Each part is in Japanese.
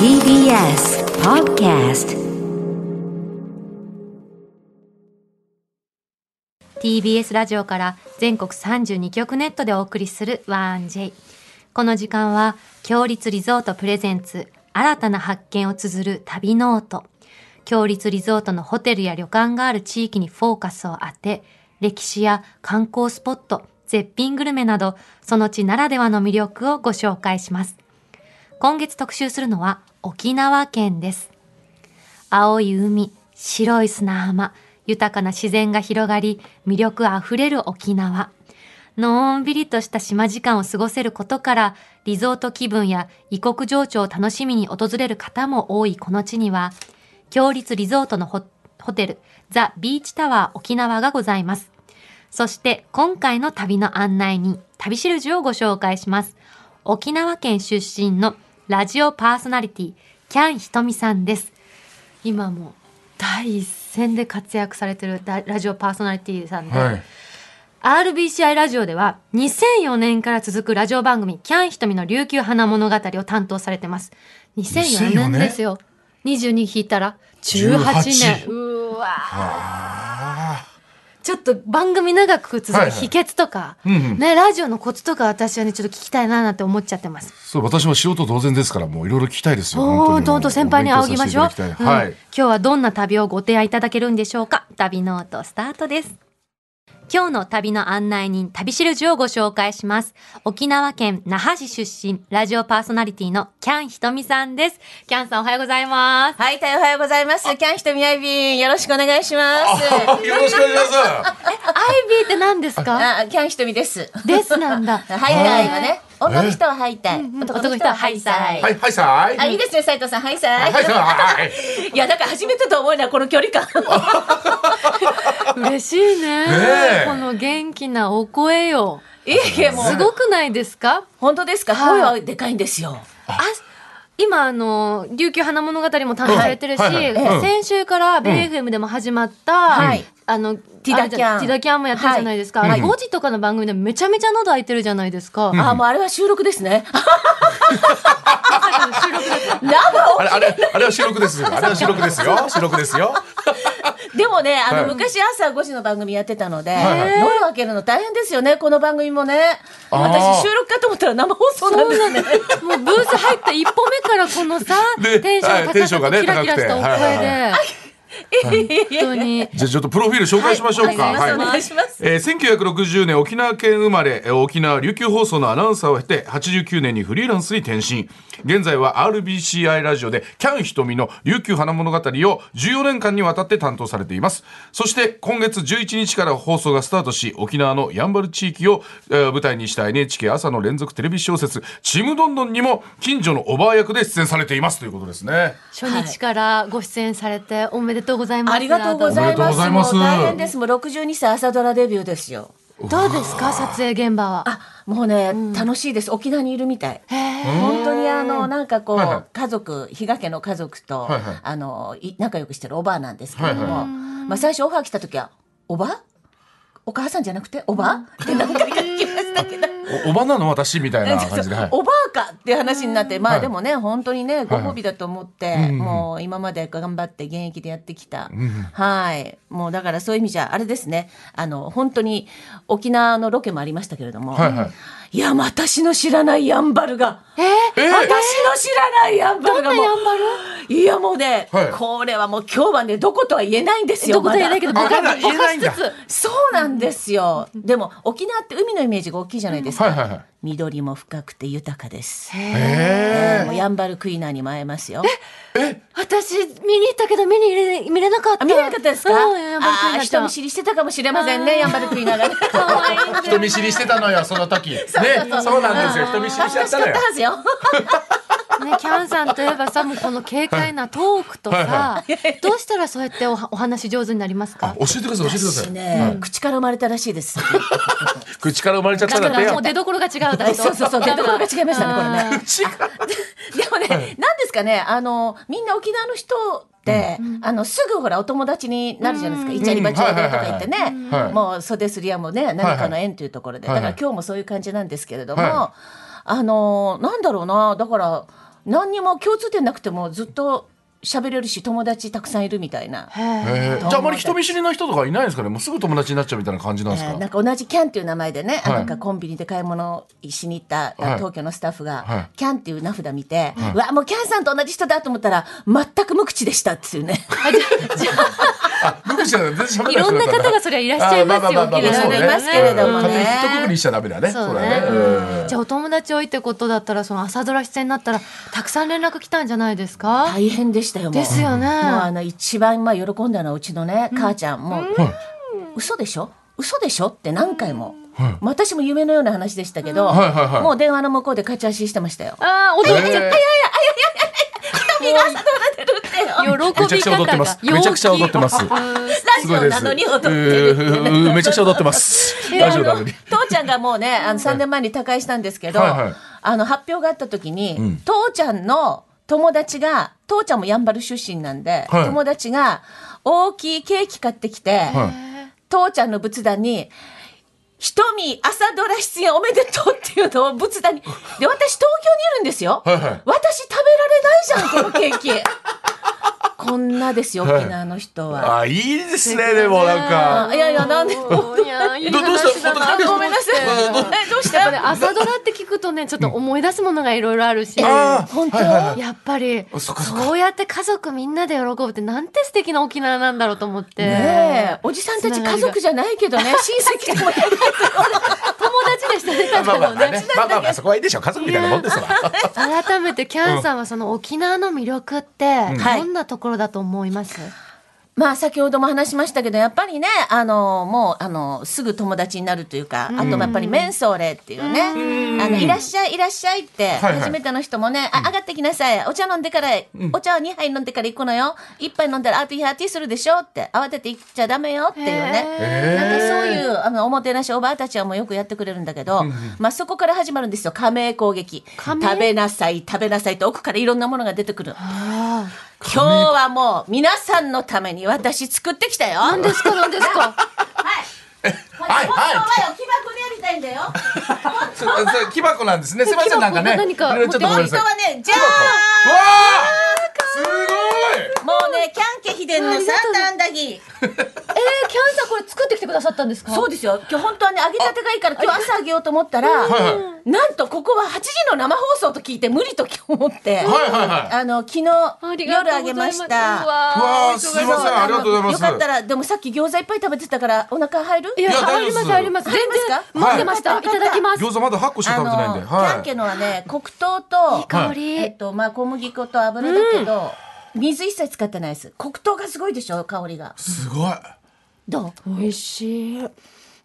TBS Podcast TBS ラジオから全国32局ネットでお送りする 1J この時間は強立リゾートプレゼンツ新たな発見を綴る旅ノート強立リゾートのホテルや旅館がある地域にフォーカスを当て歴史や観光スポット絶品グルメなどその地ならではの魅力をご紹介します今月特集するのは沖縄県です青い海、白い砂浜、豊かな自然が広がり、魅力あふれる沖縄。のんびりとした島時間を過ごせることから、リゾート気分や異国情緒を楽しみに訪れる方も多いこの地には、強立リゾートのホテル、ザ・ビーチタワー沖縄がございます。そして今回の旅の案内に旅しるじをご紹介します。沖縄県出身のラジオパーソナリティ、キャンひとみさんです。今も第一線で活躍されてるラジオパーソナリティさんで、はい、RBCI ラジオでは2004年から続くラジオ番組「キャンひとみの琉球花物語」を担当されてます2004年ですよ22引いたら18年うわちょっと番組長く続く秘訣とか、はいはいうんうん、ね、ラジオのコツとか私はね、ちょっと聞きたいななんて思っちゃってます。そう、私も素人同然ですから、もういろいろ聞きたいですよ。おどんどん先輩に仰ぎましょう、うん、はい。今日はどんな旅をご提案いただけるんでしょうか。旅ノートスタートです。今日の旅の案内人、旅しるじをご紹介します。沖縄県那覇市出身、ラジオパーソナリティのキャンひとみさんです。キャンさんおはようございます。はい、おはようございます。キャンひとみアイビー、よろしくお願いします。よろしくお願いします。え、アイビーって何ですかあ、キャンひとみです。ですなんだ。ハイタイはね。女の人はハイタイ、男の人はハイサイ。はい、ハイサイ。あ、いいですね、斉藤さん、ハイサイ。ハイサイ。いや、だから初めてと思うな、この距離感。嬉しいね、ね、この元気なお声よいえもうすごくないですか本当ですか声はでかいんですよあ今あの琉球花物語も担当されてるし、はいはいはい、先週からベイ FM でも始まった、うん、あのティダキャン、ティダキャンもやってるじゃないですか、はい、5時とかの番組でめちゃめちゃ喉開いてるじゃないですか、うんあもうあれは収録です ね収録あれあれあれは収録ですあれは収録ですよ収録ですよでもね、あの、はい、昔朝5時の番組やってたので、夜開けるの大変ですよね、この番組もね。私、収録かと思ったら生放送なんですね。もうブース入った一歩目からこの さ、テンション高く、はいね、キラキラしたお声で。はい 、はい、じゃちょっとプロフィール紹介しましょうか。はいお願いします。えー、1960年沖縄県生まれ、沖縄琉球放送のアナウンサーを経て、89年にフリーランスに転身。現在は RBCI ラジオで、キャン瞳の琉球花物語を14年間にわたって担当されています。そして、今月11日から放送がスタートし、沖縄のやんばる地域を、えー、舞台にした NHK 朝の連続テレビ小説、ちむどんどんにも、近所のおばあ役で出演されていますということですね。初日からご出演されて、おめでとうとうございます。ありがとうございます。ます大変です。もう六十二歳朝ドラデビューですよ。どうですか撮影現場は。あ、もうね、うん、楽しいです。沖縄にいるみたい。本当にあのなんかこう、はいはい、家族比嘉家の家族と、はいはい、あの仲良くしてるおばあなんですけれども、はいはい、まあ最初オファー来た時はおば。お母さんじゃなくておばって何回か聞きましたけどおばなの私みたいな感じで、はい、おばあかって話になってまあでもね、はい、本当にねご褒美だと思って、はい、もう今まで頑張って現役でやってきた、うん、はいもうだからそういう意味じゃあれですねあの本当に沖縄のロケもありましたけれども、はいはいいや、私の知らないやんばるが。えー、私の知らないやんばるがもう。やんばるいや、もうね、はい、これはもう今日はね、どことは言えないんですよ。どことは言えないけど、まだ言えないんだ。そうなんですよ。うん、でも、沖縄って海のイメージが大きいじゃないですか。うんはいはいはい、緑も深くて豊かです。へえー、もうやんばるクイナーにも会えますよ。え私、見に行ったけど、見に入れ、見れなかった。見れなかったですか、うん、ああ、人見知りしてたかもしれませんね、やんばるクイナーが、ね。人見知りしてたのよ、その時。ね、そうなんですよ。人見知りしちゃったのよ。ね、キャンさんといえばさもうこの軽快なトークとさ、はいはいはい、どうしたらそうやってお話上手になりますか教えてください教えてください、ねはい、口から生まれたらしいです 口から生まれちゃっただからもう出所が違うだそうそう そう出所が違いましたねこれねでもね、はい、なんですかねあのみんな沖縄の人っ、うん、あのすぐほらお友達になるじゃないですか、うん、イチャリバチャリとか言ってね、はいはいはい、もう袖すり屋もね何かの縁というところで、はいはい、だから今日もそういう感じなんですけれども、はいはい、あのなんだろうなだから何にも共通点なくてもずっと喋れるし友達たくさんいるみたいな。 えーじゃああまり人見知りな人とかいないんですかねもうすぐ友達になっちゃうみたいな感じなんですえか ーなんか同じキャンっていう名前でね、あはいなんかコンビニで買い物しに行った、はい東京のスタッフが、はいキャンっていう名札見て、うわもうキャンさんと同じ人だと思ったら全く無口でしたっていうねあ無口だ全然喋らいろんな方がそりゃいらっしゃいますよ。あまあまあまあ沖縄そうにねはいろいろいますけれども勝手ねに一括りにしちゃダメだね。そうねだじゃあお友達多いってことだったらその朝ドラ出演になったらたくさん連絡来たんじゃないですか、大変でしたよもうですよねもうあの一番まあ喜んだのはうちのね母ちゃん、もう、嘘でしょ嘘でしょって何回も、もう私も夢のような話でしたけど、はいはいはいもう電話の向こうで勝ち足して ましたよ。ああ踊っちゃっえーたよ喜び方がめちゃくちゃ踊ってますめちゃくちゃ踊ってますラジオなのに踊ってるっていうねうーめちゃくちゃ踊ってます。ラジオなのに。父ちゃんがもうねあの3年前に他界したんですけど、はいはいあの発表があった時に、ん父ちゃんの友達が父ちゃんもやんばる出身なんで、はい友達が大きいケーキ買ってきて、はい父ちゃんの仏壇に「ひとみ朝ドラ出演おめでとう」っていうのを 仏壇にで私東京にいるんですよ、はいはい私食べられないじゃんこのケーキ こんなですよ沖縄の人は。あ、いいですね、でもなんか。いやいやなんでおーいやいいどどう話しただな本当にごめんなさい。 えどうした朝ドラって聞くとねちょっと思い出すものがいろいろあるしあやー本当、はいはっぱりそっかそっそうやって家族みんなで喜ぶってなんて素敵な沖縄なんだろうと思って、ねえ、おじさんたち家族じゃないけどね、親戚で もない。友達でしたねまあ確まあまかにあまあねね。まあまあまあ、そこはいいでしょう。家族みたいなもんですわ。改めてキャンさんはその沖縄の魅力ってはいどんなところだと思います、まあ、先ほども話しましたけど、やっぱりね、あの、もう、あの、すぐ友達になるというか、あとやっぱり面相礼っていうね、あの、いらっしゃい、いらっしゃいって、はいはい初めての人もね、あ、上がってきなさい、お茶飲んでから、お茶を2杯飲んでから行くのよ、1杯飲んだらアーティーハーティーするでしょって、慌てて行っちゃダメよっていうね。なんかそういうあのおもてなしおばあたちはもうよくやってくれるんだけど、まあ、そこから始まるんですよ加盟攻撃加食盟べなさい食べなさいと奥からいろんなものが出てくるああ今日はもう皆さんのために私作ってきたよ何ですか何ですかはいはい。よ木箱でやりたいんだよそれそれ木箱なんですね。すみません、なんかね。木箱何かいろいろちょっとごめんな本当さい。はねじゃ木箱あわあ。すごい。もうねキャンケ秘伝のサーターアンダギーえー、キャンさんこれ作ってきてくださったんですかそうですよ今日本当はね揚げたてがいいから今日朝揚げようと思ったら、はいなんとここは8時の生放送と聞いて無理と思って、はいはいはい。あの昨日ありがと夜うあござげいまますしたうわうおわー忙しすいませんありがとうございますよかったらでもさっき餃子いっぱい食べてたからお腹入るいやいや入ります入ります全大丈夫です然入りますか待ってました、はいい、ただきます餃子まだ8個しかあ食べてないんので。キャンケはのはね黒糖と香り、えっとまあ小麦粉と油だけど、水一切使ってないです黒糖がすごいでしょ香りがい。すごい。どう美味しいう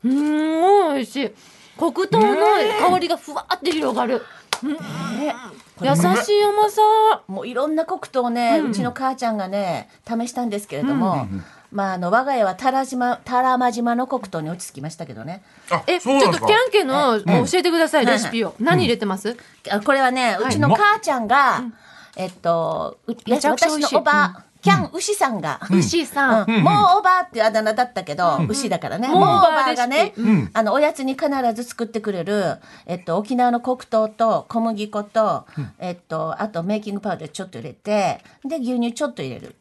ーん美味しい黒糖の香りがふわって広がる、うん優しい甘さもういろんな黒糖をね、うちの母ちゃんがね試したんですけれども、まああの我が家は多良島多良間島の黒糖に落ち着きましたけどねあえ、ちそうょっなんとでキすャか。ンケの教えてくださいはいレシピを何入れてますあこれはね、うちのうまっ母ちゃんが、えっと、うめちゃくちゃ美私味しいのおば、キャン牛さんが、牛さんうんもうおばっていうあだ名だったけど、牛だからね、もうおばがね、あのおやつに必ず作ってくれる、えっと、沖縄の黒糖と小麦粉と、えっと、あとメイキングパウダーちょっと入れてで牛乳ちょっと入れる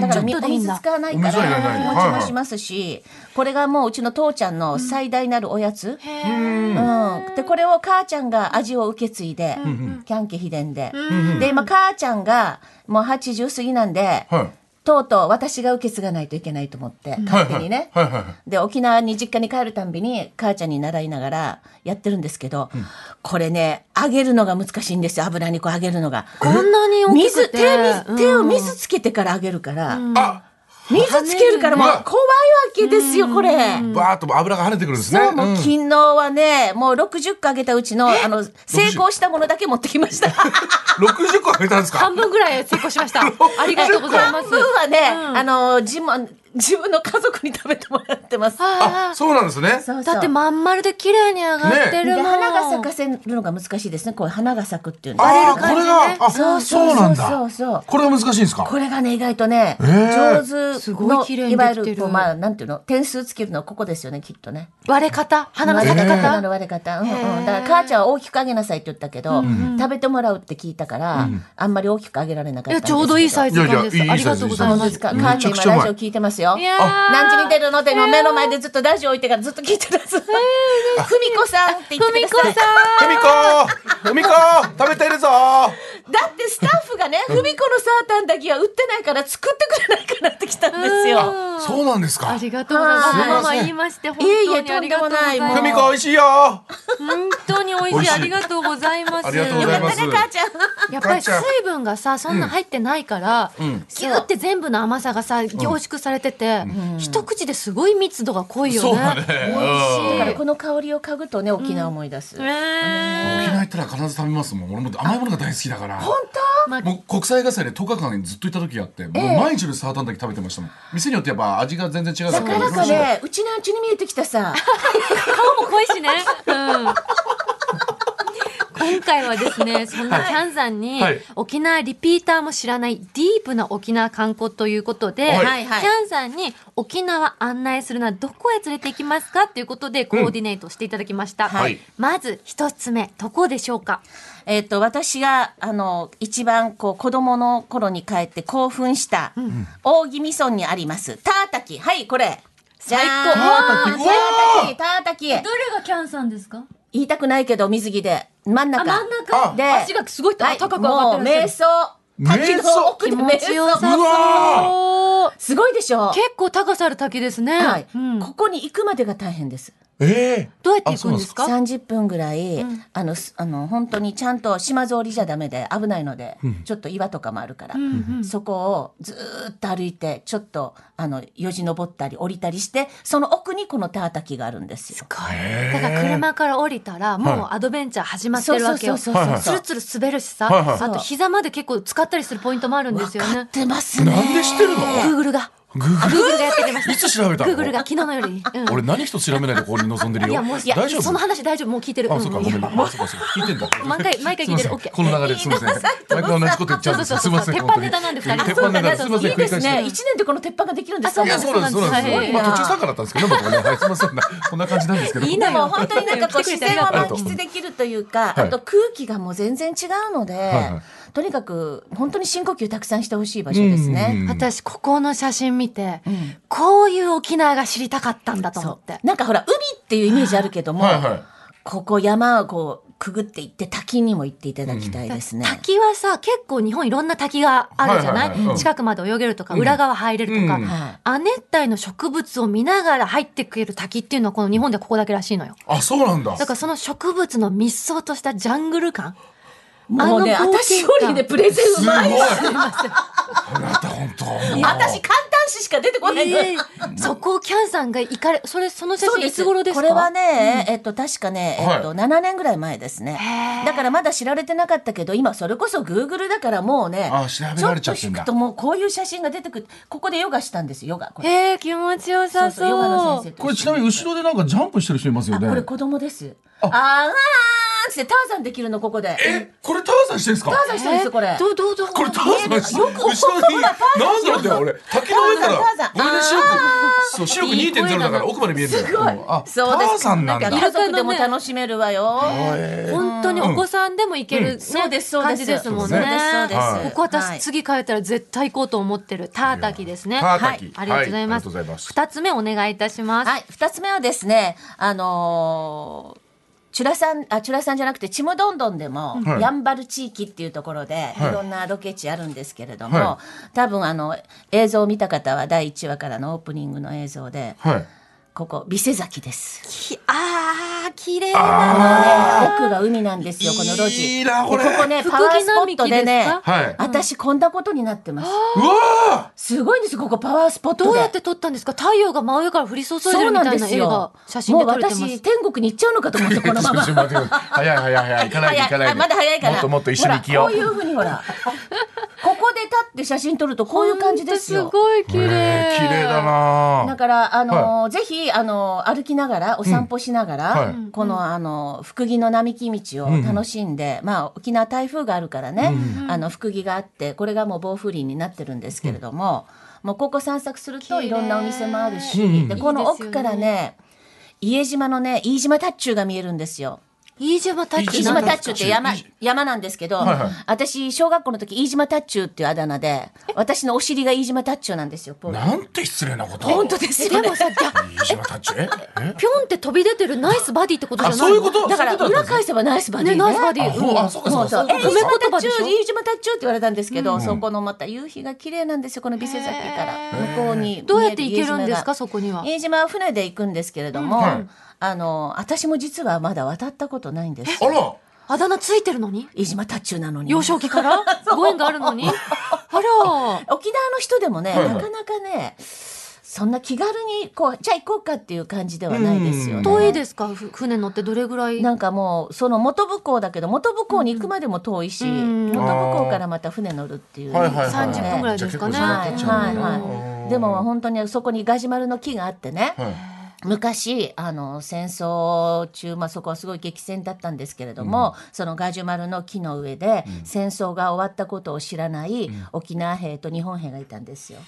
だからみちょっおとでいいんだ水使わないおか水はいらないらもはいちはもいしますしこれがもううちの父ちゃんの最大なるおやつ、うん、でこれを母ちゃんが味を受け継いで、キャンケ秘伝で、で今母ちゃんがもう80過ぎなんで、はいとうとう私が受け継がないといけないと思って、勝手にね、はいはいはい。で沖縄に実家に帰るたんびに母ちゃんに習いながらやってるんですけど、これね揚げるのが難しいんですよ油にこう揚げるのが。こんなに大き水くて手水手をうん水つけてから揚げるから、あ、水つけるからもううわ怖いわけですよこれ。バーっと油が跳ねてくるんですね。そう、もううん昨日はね、もう60個あげたうちの、あの、成功したものだけ持ってき ました。 60個あげたんですか半分ぐらい成功しましたありがとうございま 半す分はね、あの、自慢、自分の家族に食べてもらってます。あ、そうなんですね。そうそうだってまん丸で綺麗に上がってでるもん、花が咲かせるのが難しいですね。こう花が咲くっていうんですあ割れーるこ感れじねが、あ、そうそそううなそんうそうだ。そう。これが難しいんですかこれがね意外とね、へー上手すごのい綺麗いにわゆできてるるこうまあなんていうの点数つけるのはここですよねきっとね。割れ方花の咲きえー方、花の割れ方、うんへうーん、だから母ちゃんは大きくあげなさいって言ったけど、うんうん食べてもらうって聞いたから、あんまり大きくあげられなかいったんやでちすょうどいいサイイズ感ですいやいやいいありがとうござい本ま当すですかめ母ちちゃゃんくちゃうまい今ラジオ聞いてますよいやー何時に出るのって今目の前でずっとラジオ置いてからずっと聞いてるんですふみこさんって言ふってくみだこさいさんふみこふみこ食べてるぞだってスタッフがねふみこのサータンだけは売ってないから作ってくれないかなって来たんですようんそうなんですか ありがとうございます。はいママ言いまして本いえ当いえにとあんりでがとうもごなざいいます。もふうみこ美味しいよ本当に美美味味ししい。いありがとうございます。ありがとうごよざかいっますたね母ちゃんやっぱり母ち水ゃん分がさそんな入ってないから、ギュって全部の甘さがさ凝縮されてて、一口ですごい密度が濃いよね。そうだねだから美味しこの香りを嗅ぐとね沖縄思い出す、い。ね沖縄行ったら必ず食べますもん俺も甘いものが大好きだから本まあもう国際映画祭で10日間ずっといた時があって、もう毎日のサータンだけ食べてましたもん店によってやっぱ味が全然違うだから美味かしいねうちなんちに見えてきたさ 顔も濃いしね。うん。今回はですね、そんなキャンさんにはい沖縄リピーターも知らないディープな沖縄観光ということで、はいはいはいキャンさんに沖縄案内するならどこへ連れて行きますかということでコーディネートしていただきました。はいまず一つ目、どこでしょうかえっと私があの一番こう子供の頃に帰って興奮した、大宜味村にありますタータキはいこれ最高じゃターーんタキうわータータキタータキれがキャンさんですか言いたくないけど水着で真ん中真ん中あで足がすごい高はいく上がってらっしゃるもう瞑想滝の奥気に持瞑ちよさ想うわそう。すごいでしょ結構高さある滝ですね。はい、うんここに行くまでが大変ですえどうやって行くんですか30分ぐらい、うんあのすあの本当にちゃんと島ぞりじゃダメで危ないので、ちょっと岩とかもあるから、うんうんそこをずーっと歩いてちょっとあのよじ登ったり降りたりしてその奥にこのタータキがあるんですよ。だから車から降りたらもうはアドベンチャー始まってるわけよ。そつうそうそうそうるつる滑るしさ、はいはいあと膝まで結構使ったりするポイントもあるんですよ分かっね。てますー、ね。なんで知ってるのグーグルが、グーグーググルがやってく れまルいしつ調べた。たグーのグルが昨日のより。うん俺何一つ調べないでここに臨んでるいよやもういや大丈夫その話大丈夫もう聞いてる。あ、そうか、うんごめんなさい。あそうか、そうか、聞いてんだ。毎回毎回聞いてるすませ OK んこの流れ、すみません。毎回同じこと言っちゃうんですよ。すそうみそうそうません。鉄板本当にネタなんで二人鉄板ネタです。そうすみません。いいです繰り返しね。一て年でこの鉄板ができるんですあそういや、そうなんです。そうなんです。はいまあ、途中参加だったんですけどね、僕はね。はい、すみません。こんな感じなんですけど。いいでなも本当になんかこう自然を満喫できるというか、はいあと空気がもう全然違うので、はとにかく本当に深呼吸たくさんしてほしい場所ですうんね。私ここの写真見て、んこういう沖縄が知りたかったんだと思そってう。。なんかほら海っていうイメージあるけども、はいはいここ山をこうくぐっていって滝にも行っていただきたいですね。滝はさ結構日本いろんな滝があるじゃない,、はいはいはいうん近くまで泳げるとか、裏側入れるとか、うんはい亜熱帯の植物を見ながら入ってくれる滝っていうのはこの日本ではここだけらしいのよあ、そうなんだ。だからその植物の密相としたジャングル感もうね、あの冒私険よ感りね、プレゼンうすごい。まい。あなた、本当。私、簡単詞しか出てこないの。えーそこをキャンさんが行かれそれその写そう真いつ頃ですかこれはね、えっと、確かね、えっはと、7年ぐらい前ですねへー。だからまだ知られてなかったけど、今、それこそ Google だからもうねあ、調べちょらっれちゃとってん引だくともうこういう写真が出てくる。ここでヨガしたんです、ヨガ。これえー、気持ちよさそうヨガの先生と一緒これ、ちなみに、後ろでなんかジャンプしてる人いますよあ、これね。子供です。あーあーってターザンできるの、ここで。え、これ、ターザンしてるんですかターザンしてるんですよ、これ。どうどうどうこれターザンです。よく後ろに、なんだろうって、俺、滝の上からターザン、ターザンごめんね、視力、そう、視力いい声だ2.0なだから奥まで見えるんだすごいよ。うんあ、タそうですーザンなんだ。か家族でも楽しめるわよ。本当にお子さんでも行ける、ねそうですそう感ですじですもんねそうですそうですはいここ私、はい次帰ったら絶対行こうと思ってるタータキですねタータキはい、ありがとうございますはいありがとうございます二つ目お願いいたします、はい、二つ目はですね、あのーチュラさん、あ、チュラさんじゃなくて、ちむどんどんでも、はいやんばる地域っていうところで、はいいろんなロケ地あるんですけれども、は多分あの、映像を見た方は第1話からのオープニングの映像で、はい。ここ、美瀬崎です。きあー綺麗ねな奥が海なんですよ、この路い地。いなこれでここね、福パワー木スポ並ッ木トでですねか、はい。私こんなことになってます。うわすごいんですよ、ここパワースポットで。どうやって撮ったんですか太陽が真上から降り注いでるみたいな絵が写真で撮れてまもうす私天国に行っちゃうのかと思ってこの まま。ーちょっと待ってください早い早い早い。行かないで行かないで。早あまだ早いから。もっともっと一緒に生きよほらこういうう。ふうにほら。ここで立ってって写真撮るとこういう感じですよほんとす。ごい綺麗。えー綺麗だ。なだから、あのーぜひ、あのー歩きながら、お散歩しながら、はいこの、あのー福木の並木道を楽しんで、まあ、沖縄台風があるからね、あの、福木があって、これがもう暴風林になってるんですけれども、もうここ散策すると綺麗いろんなお店もあるし、うんで、こいのいですよ奥ねからね、家島のね、飯島タッチューが見えるんですよ。飯島タッチ飯な島んタでッすチュかーって山いい、山なんですけど、はいはい私、小学校の時、飯島タッチューっていうあだ名で、私のお尻が飯島タッチューなんですよ、ポールなんて失礼なこと本当ですよ、ね。でもさ、じゃあ飯島たちええピョンって飛び出てるナイスバディってことじゃなあいそういうことだからそういう裏ことだ返せばナイスバディね。ねナイスバディあほうあそうかそうかそうそういうこと褒め言葉でしょえ飯島タッチュー飯島タッチューって言われたんですけど、そこのまた夕日が綺麗なんですよこの美瀬崎から向こうにどうやって行けるんですか、見そこには。える飯島が飯島は船で行くんですけれども、うんはいあの私も実はまだ渡ったことないんですあらあだ名ついてるのに飯島タッチューなのに幼少期からご縁があるのにあら。沖縄の人でもね、はいはいなかなかねそんな気軽にこうじゃあ行こうかっていう感じではないですよね。遠いですかふ船乗ってどれぐらいなんかもうその元武港だけど元武港に行くまでも遠いし、うん元武港からまた船乗るっていう、はいはいはい30分ぐらいですかねじゃあ結構時間はい経っちゃうんだはいでも本当にそこにガジュマルの木があってね、はい昔あの戦争中、まあ、そこはすごい激戦だったんですけれども、そのガジュマルの木の上で戦争が終わったことを知らない沖縄兵と日本兵がいたんですよ。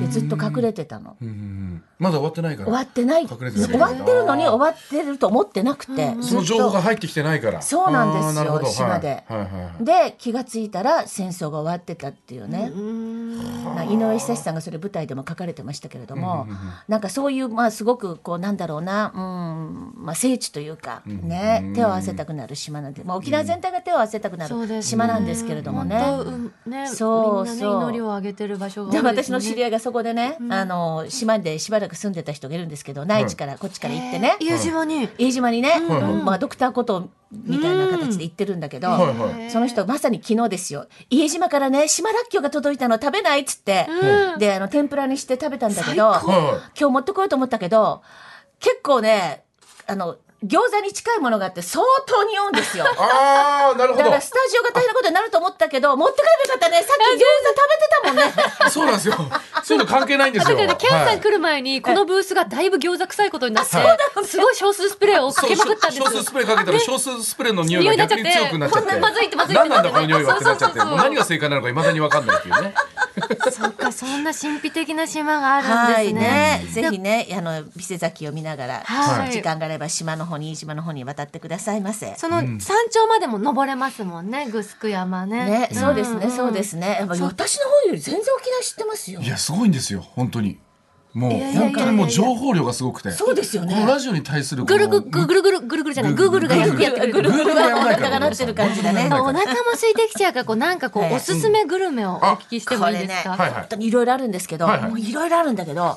でずっと隠れてたの。うんうんうんまだ終わってないから終わってない隠終れてたわってるのに終わってると思ってなくて、その情報が入ってきてないからそうなんですよあーるほど島ではいはいはいはいで気がついたら戦争が終わってたっていうね、まあ、井上久志さんがそれ舞台でも書かれてましたけれども、なんかそういう、まあ、すごくこうなんだろうな、うんまあ、聖地というか、ね手を合わせたくなる島なんで、まあ、沖縄全体が手を合わせたくなそうですねる島なんですけれどもね。本当うんねそうみんなねそう祈りをあげてる場所が多いでです、ね、私の知り合いがそこでね、あの島でしばらく住んでた人がいるんですけど内地からこっちから行ってね、家島に飯島にね、んまあ、ドクターことみたいな形で行ってるんだけど、はいはいその人まさに昨日ですよ家島からね島らっきょうが届いたの食べないっつって、であの天ぷらにして食べたんだけど最今は日持ってこようと思ったけど結構ねあの餃子に近いものがあって相当に多いんですよ。いああなるほだからどスタジオが大変なことになると思ったけど持って帰ればよかったねさっき餃子食べてたもんね。そうなんですよそういうの関係ないんですだよからね、キャンさはいん来る前に、このブースがだいぶ餃子臭いことになって、すごい少数スプレーをかそうけまくったんです少よ。数スプレーかけたら少数スプレーの匂いが逆に強くなっちゃって匂いになっちゃってこんなまずいってまずいって何なんだこの匂いはってなっちゃそうそってうそうそうもう何が正解なのかいまだに分かんないっていうねそっか、そんな神秘的な島があはるいんですね。ね、ぜひね、あの、伊勢崎を見ながら、はい時間があれば島の方に、飯島の方に渡ってくださいませ。その山頂までも登れますもんね、グスク山ね。ね、そうですんね、そうですね。やっぱ私の方より全然沖縄知ってますよい。やすごいんですよ本当にもうやいやいや本当にもう情報量がすごくてそうですよこね。のラジオに対するこぐるのぐるぐるぐるぐるぐるじゃない、グーグルがやってやってくる。ぐるぐるがお腹がなってる感じだぐるぐるねぐる。お腹も空いてきちゃうから、こうなんかこはう、いおすすめグルメをお聞きしてこもいいれでねす、はいか本当にいろいろあるんですけど、はいはいもういろいろあるんだけど、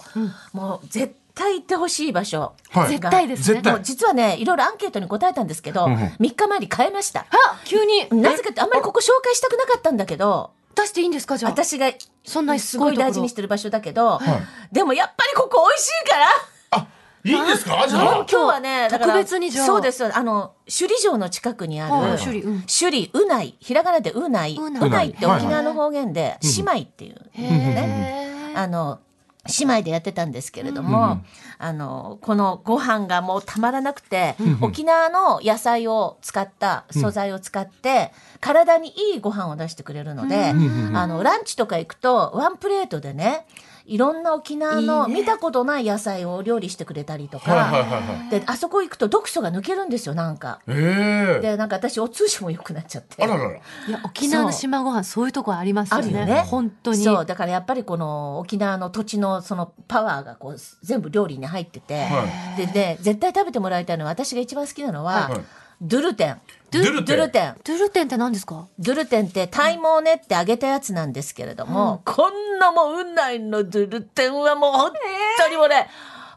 もう絶対行ってほしい場所。はい絶対ですね絶。対もう実はね、いろいろアンケートに答えたんですけど、んうん3日前に変えました。あ、急になぜかってあんまりここ紹介したくなかったんだけど、出していいんですかじゃあ。私がそんなすごい大事にしててる場所だけど、はでもやっぱりここ美味しいからあいいんですかじゃなあ今日はね、だから特別にじゃあそうです。あの、首里城の近くにある、はい首里うん首里うない、ひらがなでうない、ううないないってはいはい沖縄の方言で、姉妹っていう、ね、あの、姉妹でやってたんですけれども、あの、このご飯がもうたまらなくて、沖縄の野菜を使った、素材を使って、体にいいご飯を出してくれるので、あの、ランチとか行くと、ワンプレートでね、いろんな沖縄の見たことない野菜を料理してくれたりとか、はいはいはいはいであそこ行くと読書が抜けるんですよなんか。ええでなんか私お通じも良くなっちゃって。あらららいや、沖縄の島ご飯、そういうとこありますよあるよねね。。本当に。そうだからやっぱりこの沖縄の土地のそのパワーがこう全部料理に入ってて、はでね絶対食べてもらいたいのは私が一番好きなのは、はいドゥルテン。ドゥルテンドゥルテン。トゥルテンって何ですかドゥルテンって体毛ねって揚げたやつなんですけれども、こんなもううんないのドゥルテンはもう本当にもうね、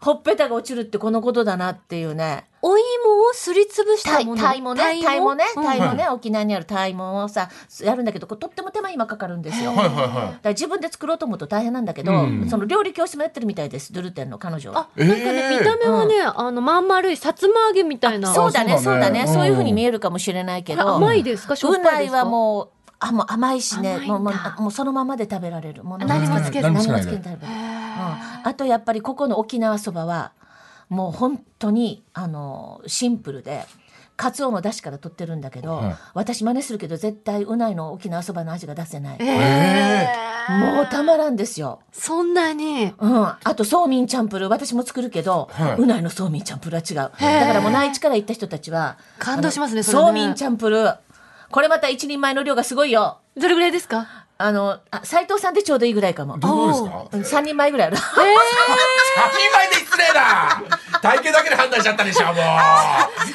ほっぺたが落ちるってこのことだなっていうね。お芋をすりつぶしたタイもの。タイもね、タイもね、うんタイもね、沖縄にあるタイもをさ、やるんだけど、これとっても手間今かかるんですよ。だはいかはいはいら自分で作ろうと思うと大変なんだけど、その料理教室もやってるみたいです、ドゥルテンの彼女はあ。、なんかえね、ー見た目はね、あの、まん丸い、さつま揚げみたいな。そうだね、そそううだだねね、うんそういうふうに見えるかもしれないけど。甘いですかしょっぱいですかうなはもう、あもう甘いしね甘いんだもうもうあもうそのままで食べられるもうあ何もつけず何もつ何もつけけずないに食べられる、うんあとやっぱりここの沖縄そばはもう本当にあのシンプルで。カツオの出汁から取ってるんだけど、はい私真似するけど絶対うないの沖縄そばの味が出せない、えーもうたまらんですよそんなにうん、あとそうみんチャンプルー私も作るけど、はいうないのそうみんチャンプルーは違うだからもう内地から行った人たちは感動しますねあのそれねそうみんチャンプルーこれまた一人前の量がすごいよどれぐらいですかあのあ斉藤さんでちょうどいいぐらいかもどうですかうん3人前ぐらいある二枚で失礼だ体型だけで判断しちゃったでしょも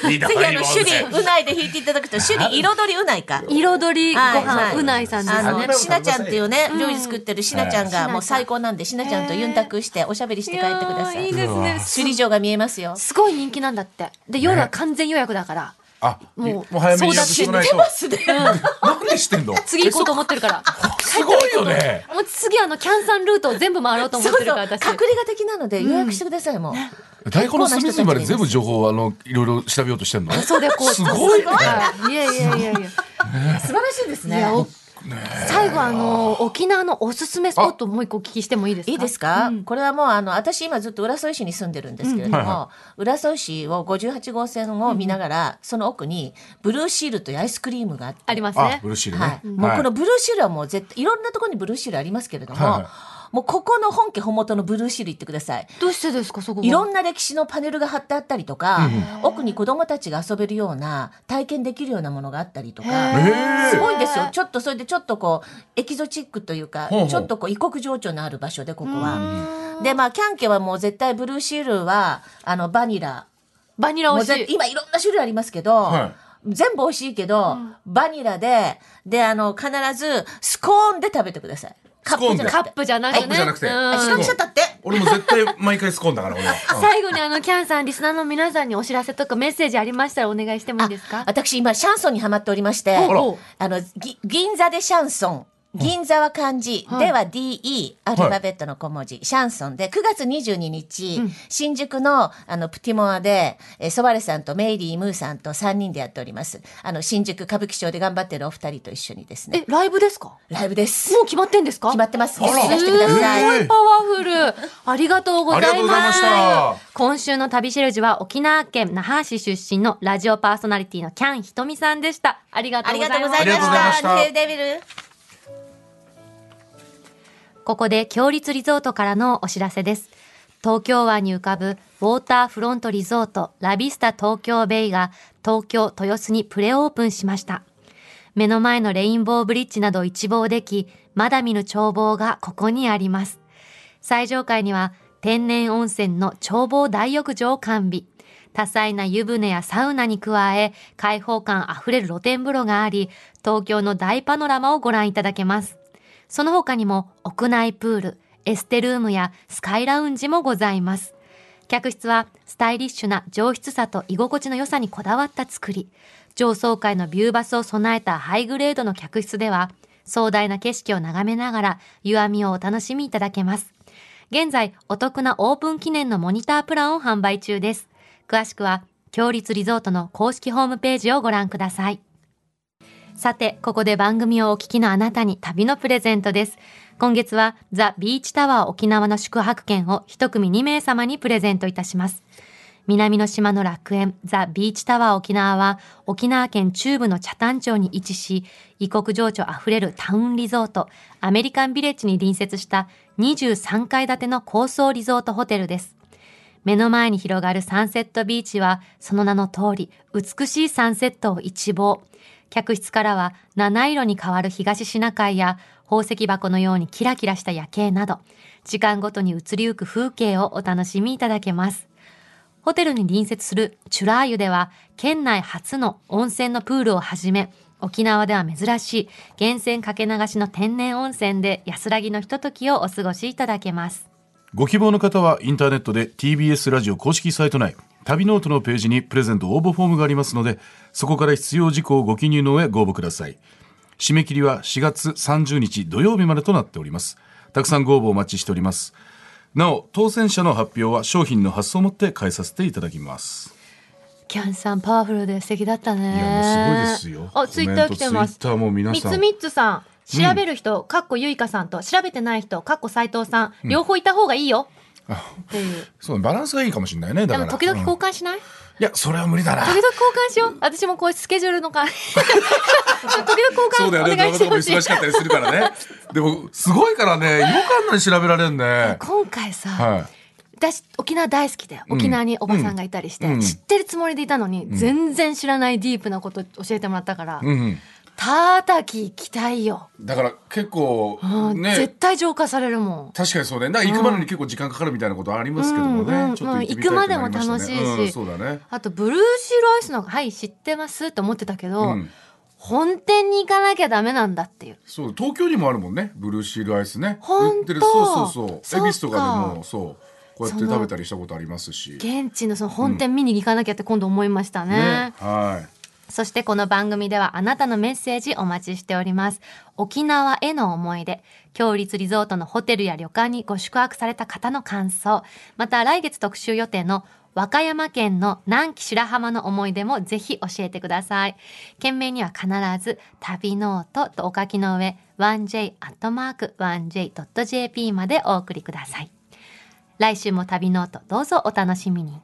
うひどぜいひあのもん主人うないで弾いていただくと主人彩りうないか彩りごはい飯はいうないさんであすねのしなちゃんっていうね料理作ってるしなちゃんがうんもう最高なんでしなちゃんとユンタクしておしゃべりして帰ってくださやーいいい首ですね里城が見えますよすごい人気なんだってで夜は完全予約だから、あもうもう早めにやってもらないとすねなんでしてんの次行こうと思ってるからすごいよねもう次あのキャンサンルートを全部回ろうと思そっうそてうる隔から離が私的なので予約してください、もう。太鼓の隅々まで全部情報をあのいろいろ調べようとしてんのそうでこうすごいねいやいやいやいや素晴らしいですいやお最後あの沖縄のおすすめスポットもう一個お聞きしてもいいですかいいですか、うんこれはもうあの私今ずっと浦添市に住んでるんですけれども、うんはい浦添市を58号線を見ながら、その奥にブルーシールというアイスクリームがあってありますあねブルーシールね、はい、もうこのブルーシールはもう絶対いろんなところにブルーシールありますけれども、はいはもうここの本家本元のブルーシール行ってください。どうしてですかそこがいろんな歴史のパネルが貼ってあったりとか、奥に子供たちが遊べるような体験できるようなものがあったりとか、へーすごいですよ。ちょっとそれでちょっとこうエキゾチックというか、ほうほうちょっとこう異国情緒のある場所でここは。うんでまあキャンケはもう絶対ブルーシールはあのバニラ。バニラも美う味ぜしい今いろんな種類ありますけど、は全部美味しいけど、バニラでであの必ずスコーンで食べてください。カップじゃなカッくて。プじゃなくカッてねプじゃなくてうんあ、下にしちゃったって。俺も絶対毎回スコーンだから俺は最後にあのキャンさんリスナーの皆さんにお知らせとかメッセージありましたらお願いしてもいいですか私今シャンソンにハマっておりまして、あらあのぎ銀座でシャンソン。銀座は漢字、はいでは DE、アルファベットの小文字、シャンソンで、9月22日、新宿のあのプティモアで、えーソバレさんとメイリー・ムーさんと3人でやっております。あの、新宿歌舞伎町で頑張ってるお二人と一緒にですえね、ライブですかもライブです。う決まってんですか決まってます。あら出してくださえすい。ごいパワフル。ありがとうございまありがとうございましすた。今週の旅しるじは沖縄県那覇市出身のラジオパーソナリティのキャンひとみさんでした。ありがとあうりござがというまごすざありいまがとうございまし。したたデーデビル。ここで強立リゾートからのお知らせです。東京湾に浮かぶウォーターフロントリゾートラビスタ東京ベイが東京豊洲にプレオープンしました。目の前のレインボーブリッジなどを一望でき、まだ見ぬ眺望がここにあります。最上階には天然温泉の眺望大浴場を完備。多彩な湯船やサウナに加え、開放感あふれる露天風呂があり、東京の大パノラマをご覧いただけます。その他にも屋内プール、エステルームやスカイラウンジもございます。客室はスタイリッシュな上質さと居心地の良さにこだわった作り。上層階のビューバスを備えたハイグレードの客室では、壮大な景色を眺めながら湯あみをお楽しみいただけます。現在、お得なオープン記念のモニタープランを販売中です。詳しくは、強立リゾートの公式ホームページをご覧ください。さて、ここで番組をお聞きのあなたに旅のプレゼントです。今月はザ・ビーチタワー沖縄の宿泊券を一組2名様にプレゼントいたします。南の島の楽園、ザ・ビーチタワー沖縄は、沖縄県中部の北谷町に位置し、異国情緒あふれるタウンリゾート、アメリカンビレッジに隣接した23階建ての高層リゾートホテルです。目の前に広がるサンセットビーチは、その名の通り、美しいサンセットを一望。客室からは、七色に変わる東シナ海や、宝石箱のようにキラキラした夜景など、時間ごとに移りゆく風景をお楽しみいただけます。ホテルに隣接するチュラー湯では、県内初の温泉のプールをはじめ、沖縄では珍しい源泉かけ流しの天然温泉で安らぎのひとときをお過ごしいただけます。ご希望の方はインターネットで TBS ラジオ公式サイト内旅ノートのページにプレゼント応募フォームがありますのでそこから必要事項をご記入の上ご応募ください締め切りは4月30日土曜日までとなっておりますたくさんご応募お待ちしておりますなお当選者の発表は商品の発送をもって返させていただきますキャンさんパワフルで素敵だったね。いやもうすごいですよあ、ツイッター来てます。コメントツイッターも皆さんみつみっつさん、調べる人、かっこゆいかさんと、調べてない人、かっこ斎藤さん、両方いた方がいいよ。っていう。そうバランスがいいかもしれないねだでかもら時々うん交換しない、いやそれは無理だな時々交換しよ う。私もこういうスケジュールのか、時々交換お願いしてほしい。忙しかったりするからねでもすごいからね違和感ない調べられる ね今回さ、は私沖縄大好きだよ沖縄におばさんがいたりして、知ってるつもりでいたのに、全然知らないディープなこと教えてもらったから、い、うん、たたき行きたいよ、だから結構うんね絶対浄化されるもん確かにそうねなんか行くまでに結構時間かかるみたいなことありますけどもね、うんうんちょっとってみたいってなりしたね行くまでも楽しいしうんそうだねあとブルーシールアイスの「はい知ってます」と思ってたけど、ん本店に行かなきゃダメなんだっていうそう東京にもあるもんねブルーシールアイスねほんと売ってるそうそうそそううか恵比寿とかでもそうこうやって食べたりしたことありますし現地のその本店見に行かなきゃって今度思いましたねはいそしてこの番組ではあなたのメッセージお待ちしております。沖縄への思い出、強立リゾートのホテルや旅館にご宿泊された方の感想、また来月特集予定の和歌山県の南紀白浜の思い出もぜひ教えてください。件名には必ず旅ノートとお書きの上 1j.1j.jp までお送りください。来週も旅ノートどうぞお楽しみに。